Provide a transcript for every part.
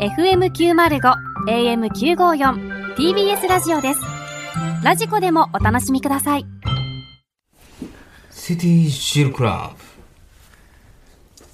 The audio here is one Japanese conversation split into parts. FM905 AM954 TBS ラジオですラジコでもお楽しみくださいシティシールクラブ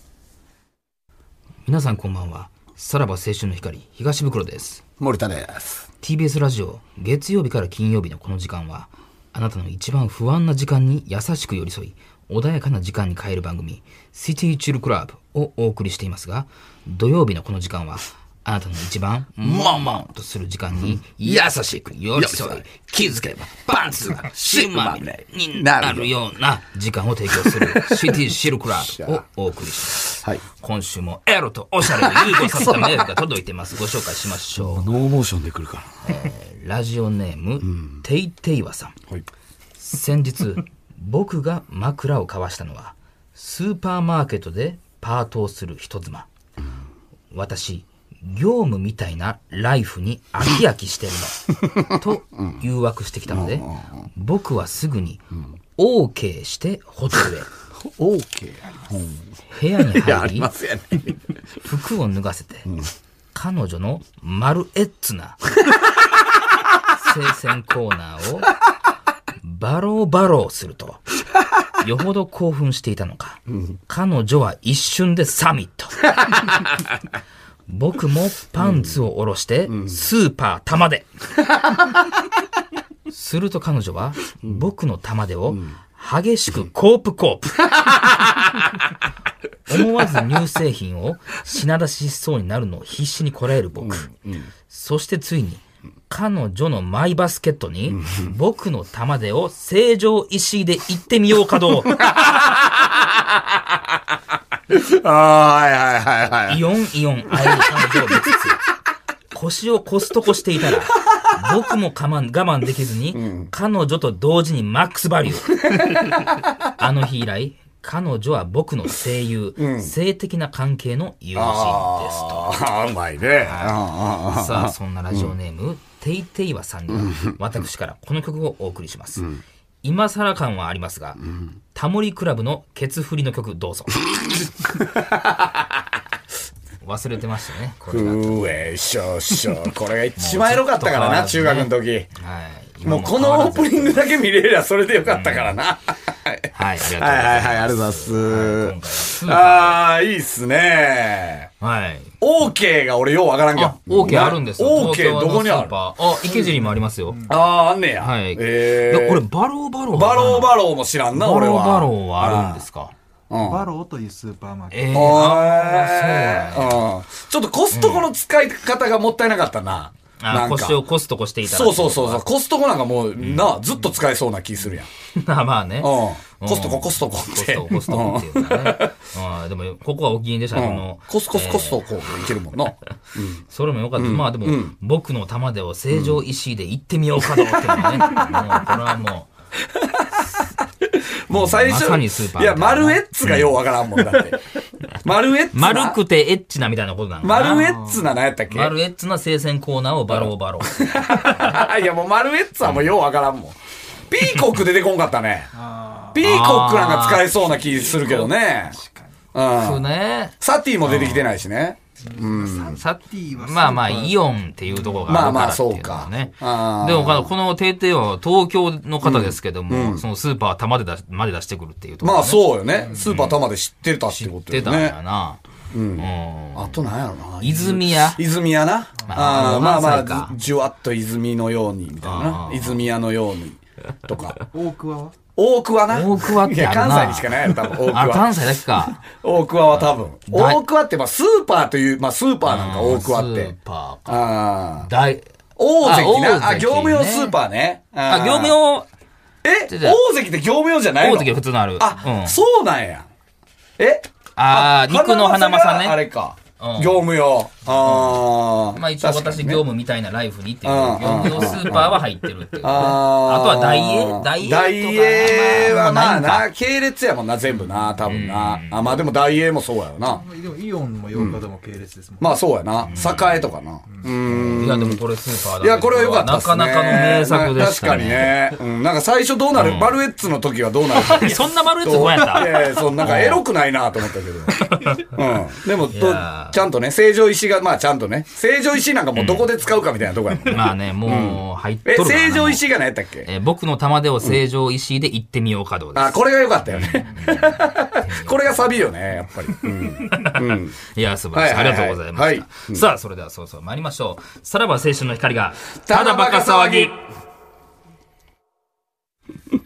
皆さんこんばんはさらば青春の光東袋です森田です。 TBS ラジオ月曜日から金曜日のこの時間はあなたの一番不安な時間に優しく寄り添い穏やかな時間に変える番組「シティチルクラブ」をお送りしていますが土曜日のこの時間はあなたの一番モンモンとする時間に優しく寄り添い気づけばパンツが新まみれになるような時間を提供 する「シティシルクラブ」をお送りしています。はい。今週もエロとおしゃれを融合させたメールが届いてます。ご紹介しましょう。ノーモーションで来るから。ラジオネーム、テイテイワさん。はい。先 日、僕が枕を交わしたのは、スーパーマーケットでパートをする人妻。私、業務みたいなライフに飽き飽きしてる の。と誘惑してきたので、僕はすぐに、OK してホテルへ。 OK。部屋にいや、あ入りりま、すよね。服を脱がせて、彼女のマルエッツな聖戦コーナーをバローバローすると、よほど興奮していたのか、彼女は一瞬でサミット。僕もパンツを下ろして、スーパー玉で。すると彼女は、僕の玉でを、激しくコープコープ。思わず乳製品を品出ししそうになるのを必死にこらえる僕、そしてついに彼女のマイバスケットに僕の玉手を成城石井で行ってみようかどうああ、はいはいはいはい。イオンイオン会える彼女を見つつ腰をコストコしていたら僕も我慢我慢できずに、彼女と同時にマックスバリューあの日以来彼女は僕の声優、性的な関係の友人ですとああ、うまいね。ああ、さあ、そんなラジオネーム、テイテイワさんには、私からこの曲をお送りします。今更感はありますが、タモリクラブのケツ振りの曲 どうぞ。忘れてましたね、これが。うえ、しょしょ。これが一番エロかったからな、もうず中っと学の時。はい。もうこのオープニング。グだけ見れりゃそれでよかったからな。はい、ありがとうごはいざはいいはい、ありがとうございます。ます。今回はああ、いいっすね。スーパーはい。 OK が俺ようわからんけどあ。、OK あるんですよ。東 OK 京のどこにあスーるパーあ、池尻もありますよ。ああー、あんねや。はい。えいやえ。これ、バローバロー。バローロバローも知らんな、バ俺ロは。ーバローはあるんですか。バローというスーパーマーケッええ。ああそうなんやあ、ちょっとコストコの使い方がもったいなかったな。なあんか腰をコストコしていたらそうそうそうそう。コストコなんかもう、なあ、ずっと使えそうな気するやん。 まあまあね。うんうんコストココストコってコストコ、コストコっていうかね。うんでも、ここはお気に入りでしたね。このコスコスコスえートコいけるもんな。それもよかった。まあでも、僕の玉でを成城石井で行ってみようかどうっていうのは ね。もう、これはももう最初、まさにスーパーいや、みたマいなルエッツがようわからんもんだって。マルエッツう、な。丸くてエッチなみたいなことなのマかな。ルエッツな何やったっけマルエッツな生鮮コーナーをバローバロー。いや、もうマルエッツはもうようわからんもん。ピーコック出てこんかったね。 ピーコックなんか使えそうな気するけどね。 う。そうんね。サティも出てきてないしね。さィはスーパーまあまあ、イオンっていうところがあるからっていうのはね。まあまあそうかあーでも、この定定は東京の方ですけども、そのスーパー玉で出しまで出してくるっていうところ、まね。あそうよね。スーパー玉で知ってたって知こっとよてね。たんやな。うん。あとなんやろな。泉屋泉屋な。ああーあままああまそあうか、じゅわっと泉のように、みたいあなーな。泉屋のように、とか。ト。大桑は大桑な。大桑っていや、あるな関西にしかないやろ、多分。大あ、桑。関西だけか。大桑は多分。大大桑って、まあスーパーという、まあスーパーなんか大桑っスーて。パーか。ああ。大、大関あ大関ねな。あ、業務用スーパーね。あ、あー業務用、え違う違う大関って業務用じゃないの大関は普通のある。あ、うん。そうなんや。えあー肉のハナマサねがあれかうん。業務用。ああ。まあ一応確かに私ね業務みたいなライフにっていう、うん業務用スーパーは入ってるっていうね。ああーとは大英大英とか大英はまあまあないな、系列やもんな、全部な、多分な。あ、まあでも大英もそうやよな。でもイオンもヨーカドも系列ですもん。まあそうやな。栄とかな。うん。いや、でもこれスーパーだいや、これは良かったっなすね。かなかの名作でしたね。。な確かにね。うん。なんか最初どうなるバルエッツの時はどうなるかそんな丸いやつどうやったいやいや、そう、なんかエロくないなと思ったけど。うん。でも、といやからちゃんとね、成城石井が、まあちゃんとね、成城石井なんかもうどこで使うかみたいなとこやもんね。まあねもう入っとえ、るからな成城石井が何やったっけえー僕の玉でを成城石井で行ってみようかどうです、あ、これが良かったよね。これがサビよね、やっぱり。うん。うん。いや、素晴らしい。はあいはいはいりがとうございました。はいさあ、それではそうそう参りましょう。さらば青春の光が、たただだババカカ騒騒ぎぎ。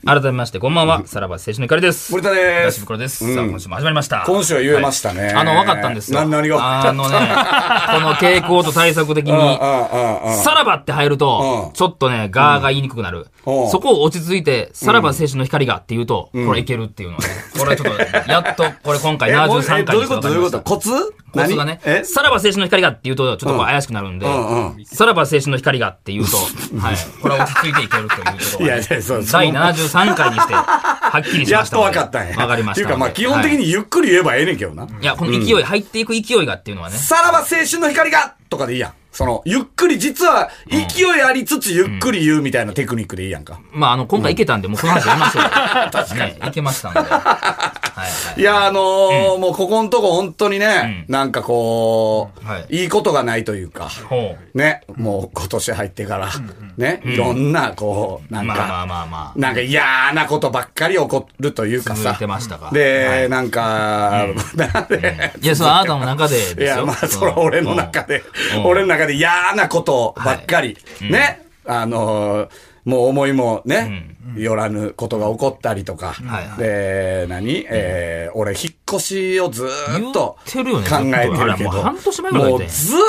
改めまして、こんばんは。さらば青春の光です。森田で東す袋です。さあ、今週も始まりました。今週は言えましたねはいあの、わかったんですよ。な何があの ね、この傾向と対策的あに、あ、ああ、あさらばって入るとう、んちょっとね、ガーが言いにくくなる。うんそこを落ち着いて、さらば青春の光がって言うと、これいけるっていうのはね。これちょっと、やっと、これ今回えもう73回にしてえどういうことわかどうりいまうしこたとコツコツがねえ、さらば青春の光がって言うと、ちょっとこう怪しくなるんでうんう、さらば青春の光がって言うと、 はい、これは落ち着いていけるというところいがやねいやそうその第73回にして、はっきりしやまっしたとのわで。かったんや。わかりましたので。っていうか、まあ基本的はい。にゆっくり言えばええねんけどな。いや、この勢い、入っていく勢いがっていうのはね。さらば青春の光がとかでいいやん。その、ゆっくり、実は勢いありつつゆっくり言うみたいなテクニックでいいやんか。まあ、あの、今回いけたんで、もうこの話やりましょうよ。 確かに。いけましたんで。はいいや、あのーもうここのとこ本当にね、うんなんかこう、はいい、いことがないというか、ほね、もう今年入ってから、ね、いろんなこう、なう。んまか、あまあまあまあ。なんか嫌なことばっかり起こるというか続いさて、ましたか。で、はいなんか、 なんで、いや、それはあなたの中でですいよ。や、まあ、それは俺の中でう、ん俺の中で嫌なことばっかり、ね、あのーもう思いもね、よらぬことが起こったりとか、はいはいで、何、えー、俺、引っ越しをずーっと考言えってるよねずっとてるあれけもど、う半年前ぐらいだよもうずーっ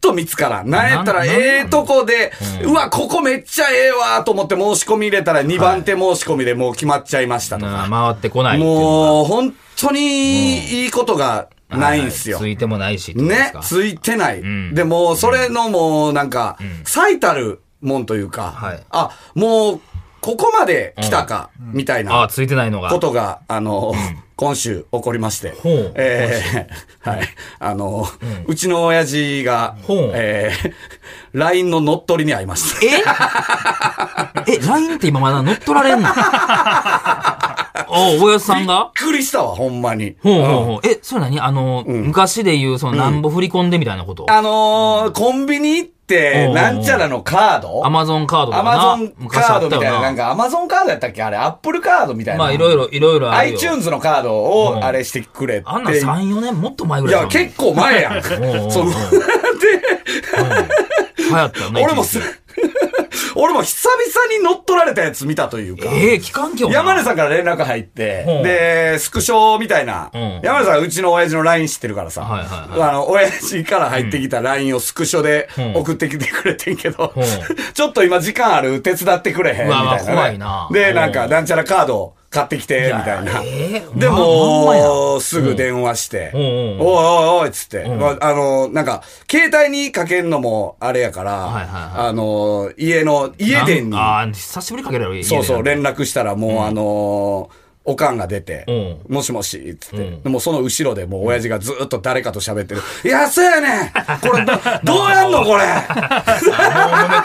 と見つから、なんやったらなええとこで、うわ、ここめっちゃええわと思って申し込み入れたら2番手申し込みでもう決まっちゃいましたとか、な回ってこないっていうのもう、本当にいいことがないんすよ。ついてもないしってことですねか。、ついてない。んで、もうそれのもうなんか、最たるもんというか、はいあ、もう、ここまで来たか、みたいああ、なついてないのが。ことが、あの、今週起こりまして。ほうえーはい。あの、うちの親父が、ほうえー、LINE の乗っ取りに会いました。ええ、LINE って今まだ乗っ取られん のおおやすさんがびっくりしたわ、ほんまに。ほうほうほう。え、それ何あの、昔で言う、その、なんぼ振り込んでみたいなこと。あのーコンビニ行って、うんなんちゃらのカードアマゾンカードとアかな。マゾンカ昔あーっドみたたいな、よなんかアマゾンカードやったっけあれ、アップルカードみたいな。まあ、いろいろ、いろいろあるよ。 iTunes のカードうんをあれしてくれって。あんなん3、4年もっと前ぐいらいや、結構前やん。 そうんうんうんの、で、構。流行ったよね。俺も一時す、 俺も久々に乗っ取られたやつ見たというか。ええ、期間業山根さんから連絡入って、うんで、スクショみたいな、うん山根さんはうちの親父の LINE 知ってるからさ、はいはいあの、親父から入ってきた LINE をスクショでうん送ってきてくれてんけど、うん ちょっと今時間ある手伝ってくれへんうみわたいな、ね。怖いなうで、んなんか、なんちゃらカード買ってきて、みたいな。ええでままんまやも、すぐ電話して、うんおうんいうんおいおいっつって、うんまああの、なんか、携帯にかけんのもあれやから、はいはいはあの、家の、家電になんああ、久しぶりにかけられるそうそう、連連絡したらもう、あのーおかんが出て、うもしもし、つって、うんでもうその後ろでもう親父がずっと誰かと喋ってる。いや、そうやねん これど、どうやんのこれもう揉めて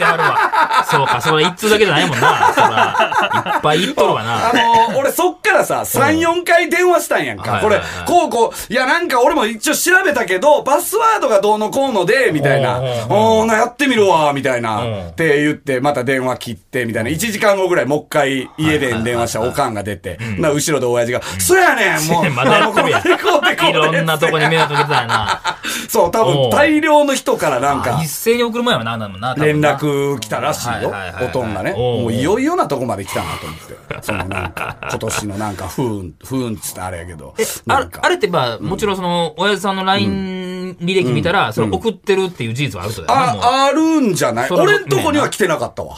はるわ。そうか、それ一通だけじゃないもんな。そらいっぱい言っとるわ な。あのー俺そっからさ、3、4回電話したんやんか。はいこれはいはい、こうこう、いやなんか俺も一応調べたけど、パスワードがどうのこうので、みたいな。うんうんうんおーな、やってみるわ、みたいな。うんって言って、また電話切って、みたいな。1時間後ぐらい、もう一回家で電話したらおかんが出て、な、後ろで親父が、そうやね んもう、まだやってるやんあの こうでこうでこうでいろんなとこに迷惑かけてたよな。そう、多おう分大量の人からなんあか一、斉に送る前はな、なんだもんな。多分連な。絡来たらしいよはいはいはいは。いおとんがね。おうおうもういよいよなとこまで来たなと 思って。そのなんか、今年のなんか、不運、不運っつってあれやけど。なあんかあれってまあ、もちろんその、親父さんの LINE 履歴見たら、それ送ってるっていう事実はあるとだよな。もうあ、あるんじゃないそれは俺んとこには来てなかったわ。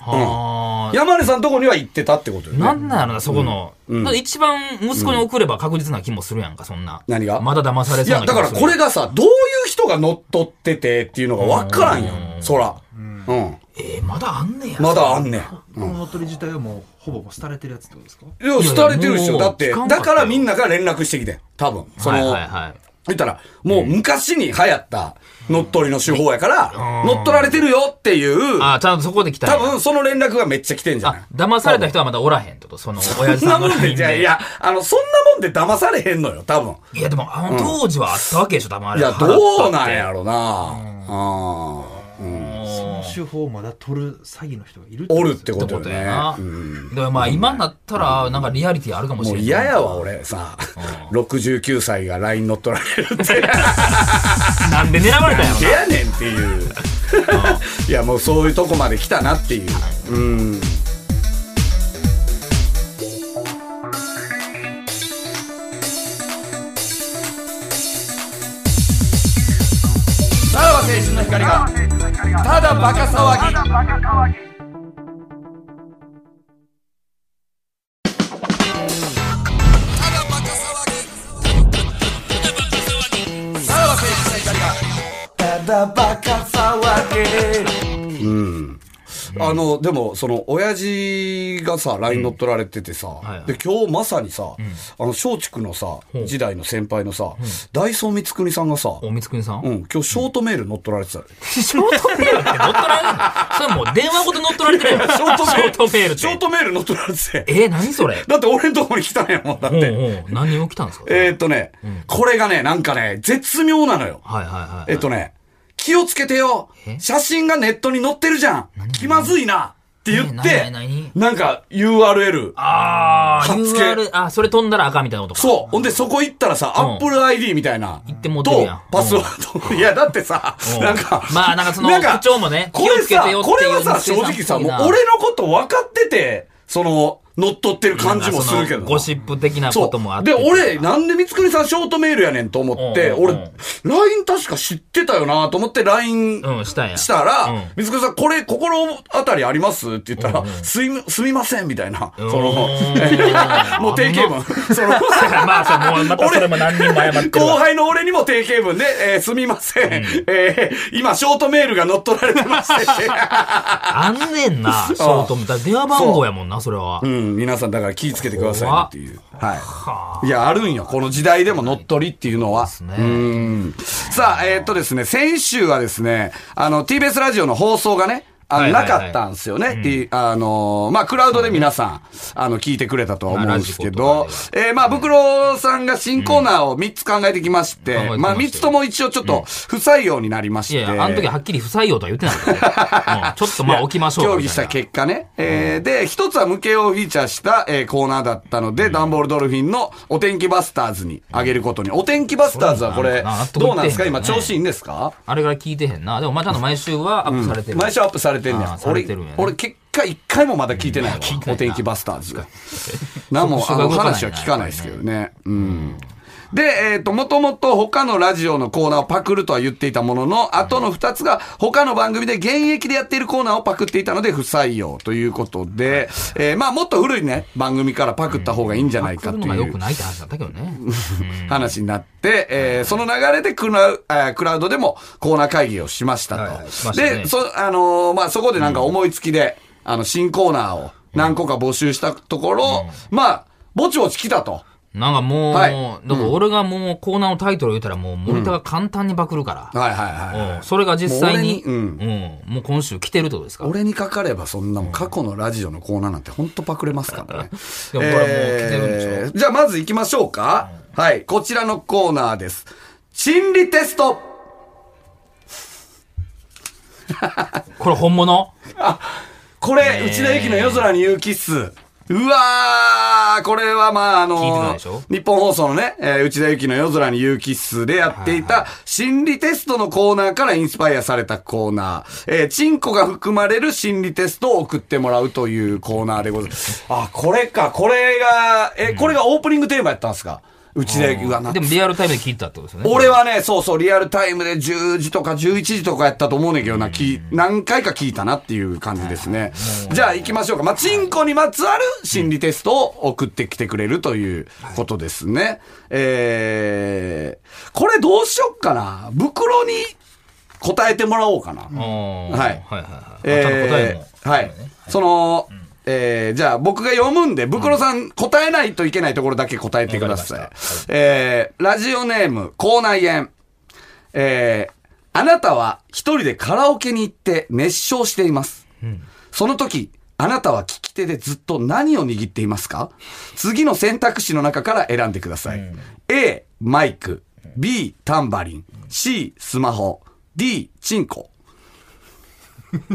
はあ山根さんとこには行ってたってことよね。なんなんやろな、そこの。だって一番息子に送れば確実な気もするやんか、そんな。何がまだ騙されいそうや、な気だもからする。これがさ、どういう人が乗っ取っててっていうのがわからんよ。そら。うん。えー、まだあんねや。まだあんねん。この乗っ取り自体はもうほぼもう廃れてるやつってことですかいや、廃れてるでしもょ。うだっ聞てかん、かっただよからみんなが連絡してきてん。多分。そはいのはい、はい。言ったら、もう昔に流行った乗っ取りの手法やから、乗っ取られてるよっていう、ああ、ちゃんとそこで来たんや多分その連絡がめっちゃ来てんじゃないあ、騙された人はまだおらへんってことその親父そんなさんのもん LINE で、いや、いや、あの、そんなもんで騙されへんのよ、多分。いや、でも、あの当時はあったわけでしょ、多分あいれ。や、払ったってどうなんやろな。うん。その手法をまだ取る詐欺の人がいるおるってっこてとこよとねや。な。うんでもまあ、今になったら、なんかリアリティあるかもしもれうない。嫌やわ、俺、さ、69歳が LINE 乗っ取られるって。なんで狙われたんやろでやねんっていう。いや、もうそういうとこまで来たなっていう。うん。さらば青春の光が、ただバカ騒ぎ。うん。あの、でも、その、親父がさ、LINE 乗っ取られててさ、はいはいで、今日まさにさ、あの、松竹のさ、時代の先輩のさ、ダイソー光国さんがさ、おみつくんさん、うん、今日ショートメール乗っ取られてたよ。 ショートメールって乗っ取 られるそれはもう電話ごと乗っ取られてるやん。ショートメールって。ショートメール乗っ取られてて。えー、何それだって俺のとこに来たんやもん、だっほうて。ほう。何起きたんですかえーっとね、これがね、なんかね、絶妙なのよ。はいはいはい。えっとね、気をつけてよえ写真がネットに載ってるじゃん気まずいなって言っえて何何、なんか URL。ああ、貼っ付け UR、あ、それ飛んだら赤みたいなことか。そう。ほんで、そこ行ったらさ、ん Apple ID みたいな。ってもうてるとやん、パスワード。いや、だってさう、んなんか。まあなんかその口調もねこれ気をつさけてよ、っていうこれはさ、正直さ、もう俺のこと分かってて、その、乗っ取ってる感じもするけどなんな。かそのゴシップ的なそこともあう。って。で、俺、なんで三つくりさんショートメールやねんと思って、うんうんう俺、ん LINE 確か知ってたよなと思って LINE うん、したんや。したうらん、水口さん、これ、心当たりありますって言ったらうんうん、すいま、すみません、みたいな。そのうん、 もう定型 文。その、まあさ、もうまたそれも何人も謝ってる 後わ。輩の俺にも定型 文で、えーすみません。えー今、ショートメールが乗っ取られてまして。あんねんな、ショートも。だから電話番号やもんな、それは う。ん、皆さん、だから気ぃつけてくださいねっていう。ははい。いや、あるんよ。この時代でも乗っ取りっていうのは。すねうん。さあ、えーっとですね、先週はですね、あの、TBS ラジオの放送がね、あはのいはいなはいかったんですよね。T- あのー、まあ、クラウドで皆さん、あの、聞いてくれたとは思うんですけまあどラジコ、えー、まあ、ブクロさんが新コーナーを3つ考えてきまし考えてきて、ましたよまあ、3つとも一応ちょっと不採用になりましいて。やいや、あの時はっきり不採用とは言ってなかったから。うん ちょっとまあ置きましょうか協議した結果ね。えーで、一つは無形をフィーチャーした、えーコーナーだったので、ダンボールドルフィンのお天気バスターズにあげることに。お天気バスターズはこそれうなんだな、どうなんですか納今得いってへんけどね調子いいんですかあれから聞いてへんな。でもまあちゃんと毎週はアップされてる。毎週アップされてんねあんー。され俺てるんやね、俺結果一回もまだ聞いてないわいや聞いてないなお天気バスタ ーズ。なんも、そあこがの動かないな話は聞かないですけどね。うん。で、えっ、と、もともと他のラジオのコーナーをパクるとは言っていたものの、後の二つが他の番組で現役でやっているコーナーをパクっていたので不採用ということで、えーまあもっと古いね、番組からパクった方がいいんじゃないか来るといのが良うくないって話だったけどね。話になって、えーその流れでクラウ、えークラウドでもコーナー会議をしましたと。はいはいしましたねで、そ、あのーまあ、そこでなんか思いつきで、あの、新コーナーを何個か募集したところ、まあ、ぼちぼち来たと。なんかもう、はいだから俺がもうコーナーのタイトルを言ったらもう森田が簡単にバクるかはいはいら。はい。うんそれが実際にもう俺にうんもう今週来てるってことですか俺にかかればそんなもん過去のラジオのコーナーなんてほんとパクれますからね。 でもこれもう来てるんでしょえーじゃあまず行きましょうか。はい。こちらのコーナーです。心理テストこれ本物これ、内田有紀の夜空に言うキス。うわー、これはまあ、あ聞いてたのでしょ日本放送のね、えー内田有紀の夜空に言うキスでやっていた心理テストのコーナーからインスパイアされたコーナー、えー、チンコが含まれる心理テストを送ってもらうというコーナーでございます。あ、これか、これが、え、これがオープニングテーマやったんですか内田有紀、うわ、なでもリアルタイムで聞いてたってことですよね。俺はね、そうそう、リアルタイムで10時とか11時とかやったと思うねんけどな、き何回か聞いたなっていう感じですね。じゃあ行きましょうか。まあ、チンコにまつわる心理テストを送ってきてくれるということですね。えー、これどうしよっかな。袋に答えてもらおうかな。うん。ははいいはいはい。ちゃんと答ええも。ーはい。その、えー、じゃあ僕が読むんで、ブクロさん答えないといけないところだけ答えてください。わかりましえー、ラジオネーム、口内炎。えー、あなたは一人でカラオケに行って熱唱しています。その時、あなたは聞き手でずっと何を握っていますか次の選択肢の中から選んでください。A、マイク。B、タンバリン。C、スマホ。D、チンコ。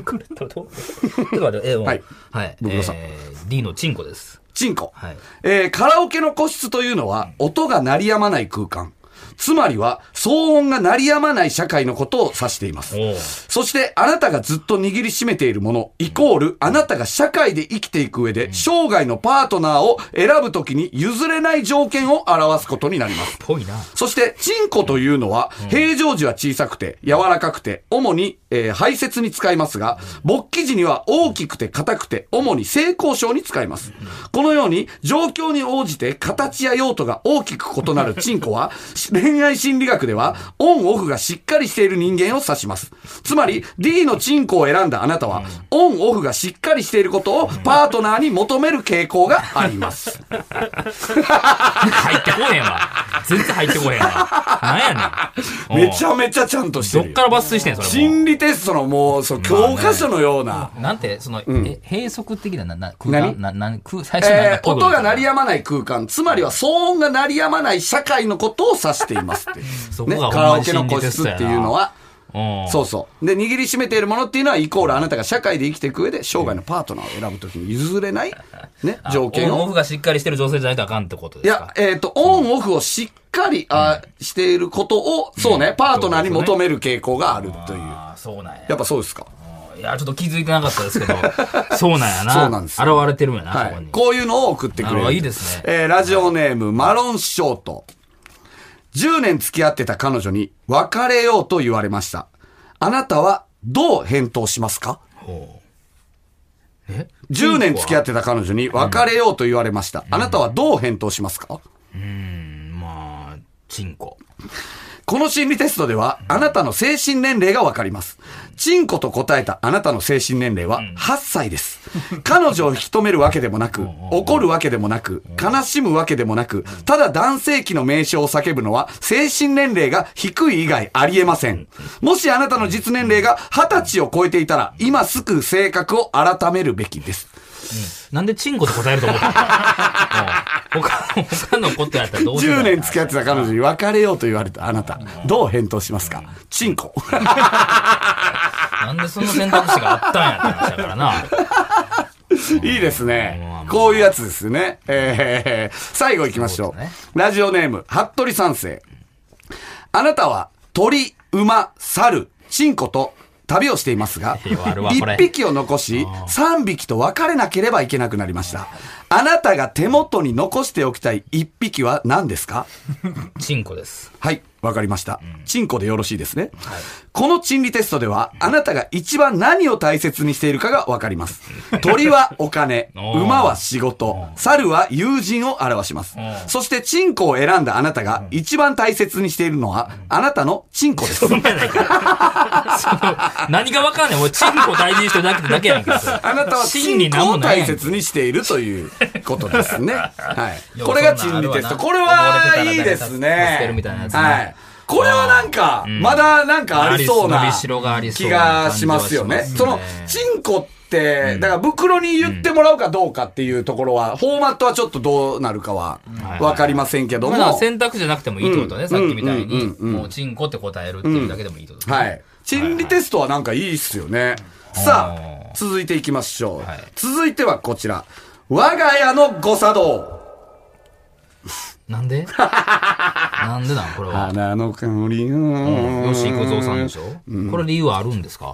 これどうどうちょっと待って、えーもうはいはい。ご苦労さんえー D のチンコです。チンコ。はいえーカラオケの個室というのは、音が鳴りやまない空間。つまりは、騒音が鳴りやまない社会のことを指していますおう。そして、あなたがずっと握りしめているもの、イコール、あなたが社会で生きていく上で、生涯のパートナーを選ぶときに譲れない条件を表すことになります。ぽいな。そして、チンコというのは、平常時は小さくて、柔らかくて、主に、えー排泄に使いますが、勃起時には大きくて硬くて、主に性交渉に使います。このように、状況に応じて形や用途が大きく異なるチンコは、 恋愛心理学では、オンオフがしっかりしている人間を指します。つまり、D のチンコを選んだあなたは、オンオフがしっかりしていることをパートナーに求める傾向があります。入ってこへんわ。全然入ってこへんわ。なんやねん。めちゃめちゃちゃんとしてどるっよから抜粋してん、それもう。心理テストのもう、そう、教科書のような。なんて、その、え閉塞的な、な、な、空何間、な、な、空、最初なんえかー、音が鳴りややまない空間、つまりは騒音が鳴りやまない社会のことを指していますっていう そこね、がカラオケの個室っていうのは、うん。そうそう。で、握りしめているものっていうのは、イコールあなたが社会で生きていく上で、生涯のパートナーを選ぶときに譲れない、 ね、条件オンオを。フがしっかりしてる女性じゃないとあかんってこといですやか、。えっ、と、オンオフをしっかり、あしていることを、そうね、パートナーに求める傾向があるという。やああ、そうなんや。っぱそうですか。いや、ちょっと気づいてなかったですけ ど、そうなんやな。そうなんです現よれてるんやな、はここいに。。こういうのを送ってくなるれほる。どいいですねえーラジオネーム、マロンショート。10年付き合ってた彼女に別れようと言われました。あなたはどう返答しますかほうえ ?10 年付き合ってた彼女に別れようと言われました。あなたはどう返答しますかうんまあ、チンコ。この心理テストでは、あなたの精神年齢がわかります。チンコと答えたあなたの精神年齢は8歳です。彼女を引き止めるわけでもなく、怒るわけでもなく、悲しむわけでもなく、ただ男性器の名称を叫ぶのは精神年齢が低い以外ありえません。もしあなたの実年齢が20歳を超えていたら、今すぐ性格を改めるべきです。なんでチンコと答えると思った のうん他の、他のことやったらどうしよう10年付き合ってた彼女に別れようと言われたあなた、どう返答しますかチンコ。なんでそんな選択肢があったんやって話だからな。いいですねう。んこういうやつですね。えー、最後行きましょそうう。だねラジオネーム、服部三世。あなたは鳥、馬、猿、チンコと旅をしています が、いやあるわこれ1匹を残し、3匹と別れなければいけなくなりました。あなたが手元に残しておきたい1匹は何ですかチンコです。はい、わかりました。チンコでよろしいですね。この心理テストでは、あなたが一番何を大切にしているかがわかります。鳥はお金、おー馬は仕事、猿は友人を表します。そして、チンコを選んだあなたが一番大切にしているのは、あなたのチンコです。やないか。その何がわかんない。俺、チンコ大事にしてるだけだけや んけ。それあなたはチ真にン何コもをないや大んけ切にしているということですね。は い。よこれが心理テスト。そこんれなんあるわなはいいです溺れてたら誰か助けねるみたいなや。つねはい。これはなんか、まだなんかありそうありなそう伸びしろがありそう気な感じがはしますよね。しますねその、チンコって、だから袋に言ってもらうかどうかっていうところは、フォーマットはちょっとどうなるかはわかりませんけども。まだ選択肢じゃなくてもいいってことね。うんさっきみたいにうんうんうんうんもうチンコって答えるっていうだけでもいいってことね。はい。心理テストはなんかいいっすよね。さあ、続いていきましょう。はい続いてはこちら。我が家の誤作動。なん でなんでなんこれは。花の香りが。よ吉幾三さんでしょこれ理由はあるんですか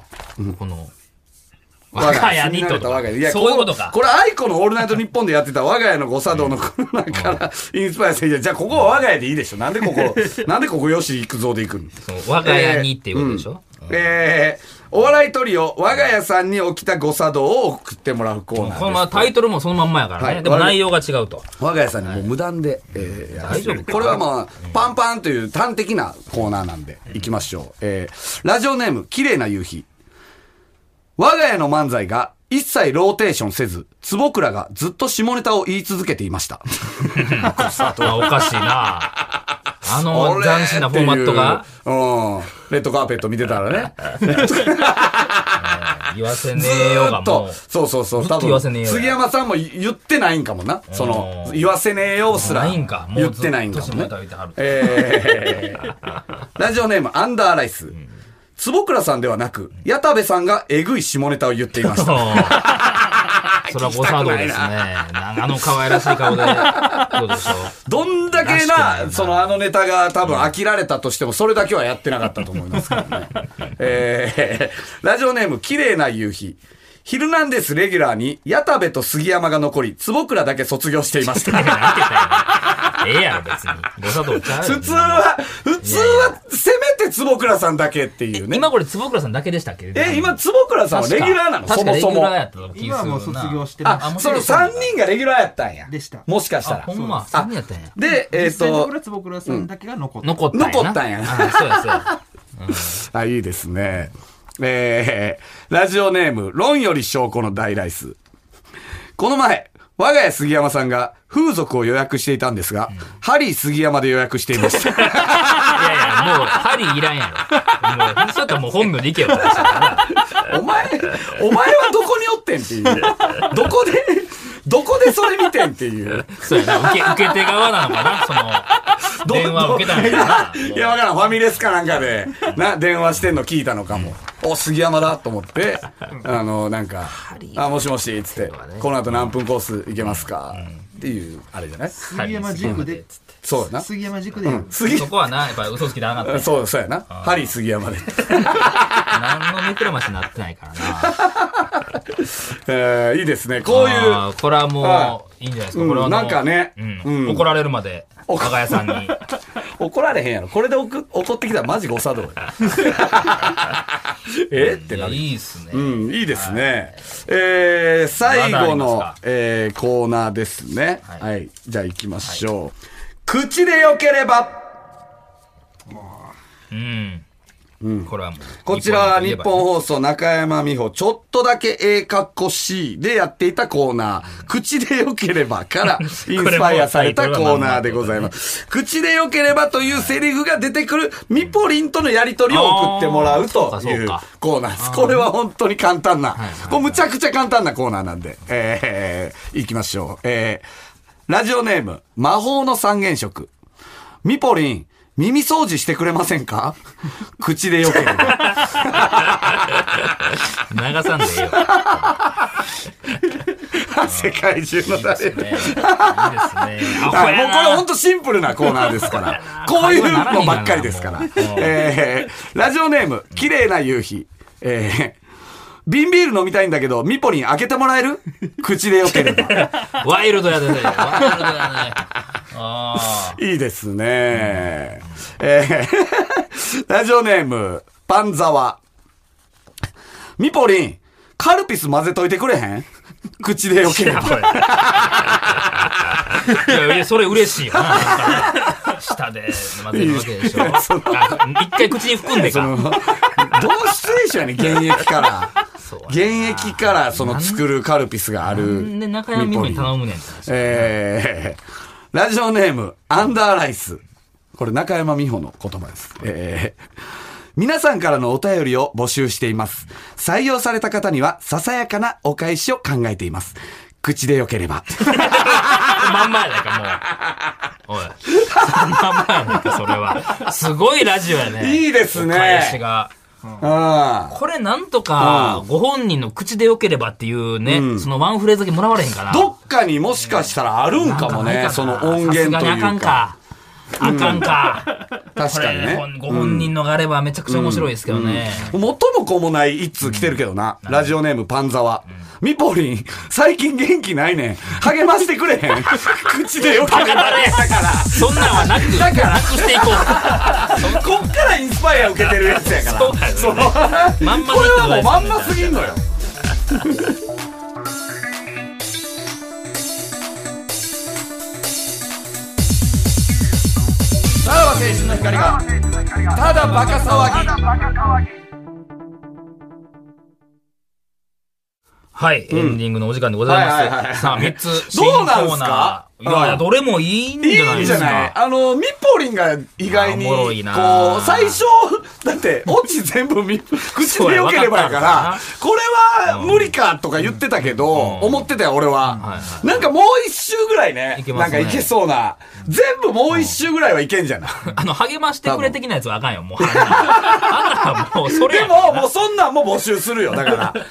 この、我が家にと我がか家にいや。そういうことかこ。れ、アイコのオールナイトニッポンでやってた我が家の誤作動のコーナーからインスパイアされて、じゃあここは我が家でいいでしょ。なんでここ、なんでここよし行くぞで行くのその我が家にっていうことでしょえー、お笑いトリオ、我が家さんに起きた誤作動を送ってもらうコーナーです。このままタイトルもそのまんまやからはね。いでも内容が違うと。我が家さんにもう無断で、えーやらせて大丈夫かこれはまあ、パンパンという端的なコーナーなんで、行きましょう。えーラジオネーム、綺麗な夕日。我が家の漫才が一切ローテーションせず、坪倉がずっと下ネタを言い続けていました。まあおかしい な。あの俺斬新なフォーマットがっていううん。レッドカーペット見てたら ね。言わせねずえよーがっもとう。、そうそうそう、ずっと多言わせねえ分、よ杉山さんも言ってないんかもな。そのう、ん言わせねえよすらないんか。も言うっずてっないんかとも下ネねタ。言ってはる。えーラジオネーム、アンダーライス。坪倉さんではなく、矢田部さんがえぐい下ネタを言っていましそ た。う それは誤作動ですね。なんかあの可愛らしい顔で、どうで しょう。どんだけ出してないな、なそのあのネタが多分飽きられたとしても、それだけはやってなかったと思いますか らね。えーラジオネーム、綺麗な夕日。ヒルナンデスレギュラーに、矢田部と杉山が残り、坪倉だけ卒業してい ました。なんて言ったらいいのええやろ、別に。誤作動ちゃうよ普通は、普通は、せめて坪倉さんだけっていうね。今これ、坪倉さんだけでしたっけえ、今、確坪倉さんはかレギュラーなのそ確かもレギそュもラー。やったと気今がはするな。もう卒業してあま、すその3人がレギュラーやったんや。でしたもしかしたあ、らほ。んま、あ3人やったんや。で、えっ、実際のとことろ、は坪倉さんだけが残った残ったんやな。残ったんやなあそうや、そうや。あ、いいですね。えー、ラジオネーム、論より証拠の大ライス。この前、我が家杉山さんが風俗を予約していたんですが、ハリー杉山で予約していました。いやいや、もう、針いらんやろ。もう、そうやったらもう本名でいけよ、私 お前、お前はどこにおってんっていう。どこで、どこでそれ見てんっていう。そうやな、受け、受け手側なのかな、その、ど電話を受けたのいかやな。いや、わからん。ファミレスかなんか で、な、電話してんの聞いたのかも。お、杉山だと思って、あの、なんか、あ、もしもし、つって、この後何分コース行けますかっていう、あれじゃない杉山塾でそうやな。杉山塾で杉そ、こはな、やっぱ嘘つきだなかっ そう、そうやな。ハリー杉山で。た。何の目くらましになってないからな。えーいいですね。こういうあ、ーこれははもう、いいんじゃないですか。うんこれはもうなんかねううんん。怒られるまで、怒我が家さんに。怒られへんやろ。これで怒怒ってきたらマジ誤作動や。 えっていなやる。いいっすね。うん、いいですね。えー、最まだあり後の、ますかえーコーナーですね。は。はいいじゃあ行きましょう。口で良ければ、うん。これはもう。こちらは日本本。放送中山美穂、ちょっとだけええ格好しいでやっていたコーナー、口で良ければ からインスパイアされたコーナーでございます。口で良ければというセリフが出てくるミポリンとのやりとりを送ってもらうあとーそうかいそううかコーナーです。これは本当に簡単なはいは、いこれむちゃくちゃ簡単なコーナーなんで、えー、行きましょう。えー、ラジオネーム、魔法の三原色。ミポリン、耳掃除してくれませんか 口で良ければ。流さんでええ よ。世界中の誰も。ねいいですね。アホはいやもうこれな本当シンプルなコーナーですから。こういうのばっかりですから会話。えー、ラジオネーム、綺麗な夕日。えー、瓶ビール飲みたいんだけど、ミポリン開けてもらえる口でよけれ ば。ワイルドやでね。ワイルドやね。あいいですね。えー、ラジオネーム、パンザワ。ミポリン、カルピス混ぜといてくれへん口でよければ。あ。いやいや、それ嬉しい よな。舌で混ぜるわけでしょ。あ一回口に含んでその、か。どう失礼しようね、現役から。そうやな現役からその作るカルピスがある。なんで中山美穂に頼むねんって話えー、ラジオネーム、アンダーライス。これ中山美穂の言葉です。えー皆さんからのお便りを募集しています。採用された方には、ささやかなお返しを考えています。口でよけ れば。まんまやないか、もう。おい。まんまやないか、それは。すごいラジオやね。いいですねお返しが。あこれなんとか、ご本人の口で良ければっていうね、そのワンフレーズだけもらわれへんかな。あどっかにもしかしたらあるんかもね、その音源とさすがいにあかうんか。か。あかんか。 確こかにれね。ほんご本人のがあればめちゃくちゃ面白いですけどね。元も子もない一通来てるけどな。ラジオネームパンザワ。ミポリン、最近元気ないねん。励ましてくれへ ん。口でよかっバカただねそんなんはなく、だからなくしていここっからインスパイア受けてるやつやから。そうだよねそう まんまこだれったらはもうねまんますぎんのよ。さらば青春の光が、ただバカ騒ぎ。はい、エンディングのお時間でございはいはいはまいはいす。さあ、3つ、新どうなんすかコーナー。いやいや、うんどれもいいんじゃないいでいじすゃないか。あの、ミポリンが意外に、あおもころいなう、最初、だって、オチ全部み口でよければそうやわやかからったん、これは無理かとか言ってたけど、思ってたよ、俺は。はいなんかもう一周ぐらいねいけ、まなすんねかいけそうな。全部もう一周ぐらいはいけんじゃないあの、励ましてくれ的なやつはあかんよ、 もう。あんなもう、それでやからも、もうそんなんも募集するよ。だ か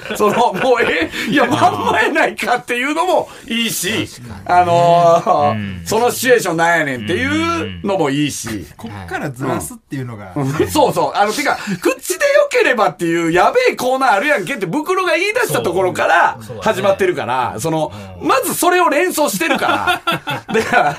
ら、その、もう、え、いや、まんまえないかっていうのもいいし、あのーそのシチュエーションなんやねんっていうのもいいし。こっからずらすっていうのが、 そうそう。あの、てか、口で良ければっていう、やべえコーナーあるやんけって、袋が言い出したところからそうそうだね始まってるから、その、まずそれを連想してるから。 だから、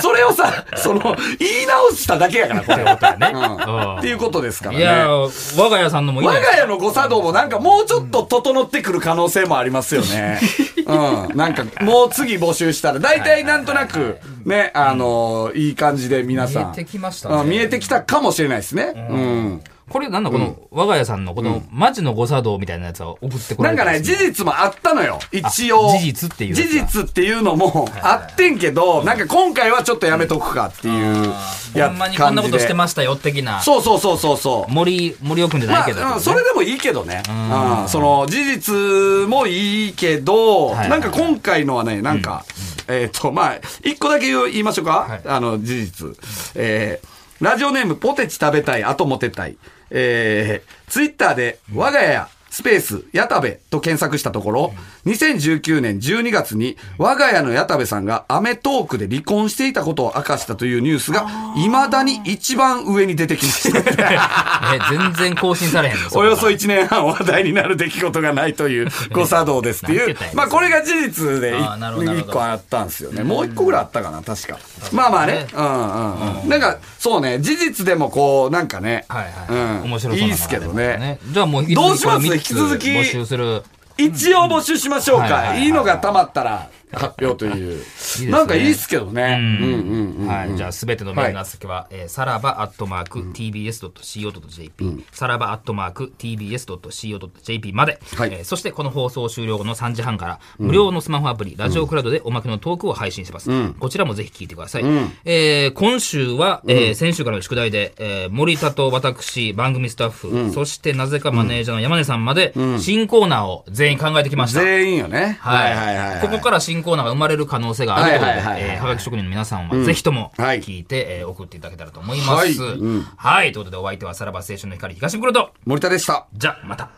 それをさ、その、言い直しただけやから、これは。うんっていうことですからいや、ね。我が家さんのもいい我ね。が家の誤作動もなんかもうちょっと整ってくる可能性もありますよ ね。うん。なんかもう次募集したら、大体なんとなく、ね、あのーいい感じで皆さん。見えてきましたねあ見えてきたかもしれないですね。うん。これなんだ、この、我が家さんのこの、マジの誤作動みたいなやつを送ってこなられんたかね、です事実もあったのよ。一応。あ事実っていうやつだ事実っていうのもあってんけど、なんか今回はちょっとやめとくかっていうやほんまにこんなことしてす。ましたよ、的な。そうそうそうそうそう。森、森尾くんじゃないけど。まあうん、それでもいいけどね、うん、その事実もいいけど、はいなんか今回のはねなんか、えっ、とまあ一個だけ言いましょうか、はいあの事実、えーラジオネームポテチ食べたい後モテたいえー、ツイッターで我が家スペース、矢田部と検索したところ、2019年12月に我が家の矢田部さんがアメトークで離婚していたことを明かしたというニュースが、未だに一番上に出てきました。 え、全然更新されへんのおよそ1 1年半話題になる出来事がない という誤作動ですっなてんいてう言ったんや。まあこれが事実であーなるほどなる1ほど個あったんですよね。もう1個ぐらいあったかな、確か。まあまあね。うんうんうん。なんか、そうね、事実でもこう、なんかね。はいはい。うん面白そうなのがいいっすけどね。。じゃあもう引きどう続しきますこれ三つ引き続き募集する。一応募集しましょうはいはいはいか。はいいいのが溜まったら発表というね。なんかいいっすけどね。うんうんうん。はい。じゃあすべてのメールの宛先は、えーさらばアットマーク tbs.co.jp、さらばアットマーク tbs.co.jp まではい。えーそしてこの放送終了後の3時半から、無料のスマホアプリ、ラジオクラウドでおまけのトークを配信します。こちらもぜひ聞いてください。えー今週は、えー先週からの宿題で、えー森田と私、番組スタッフ、そしてなぜかマネージャーの山根さんまで、新コーナーを全員考えてきました。全員よね。はいはいはいはい。ここから新コーナーが生まれる可能性があるということで、はいはいはいはいえーはがき職人の皆さんはぜひともはい聞いて、えー送っていただけたらと思います。ははいい、うんということでお相手はさらば青春の光東袋と、森田でした。じゃあまた。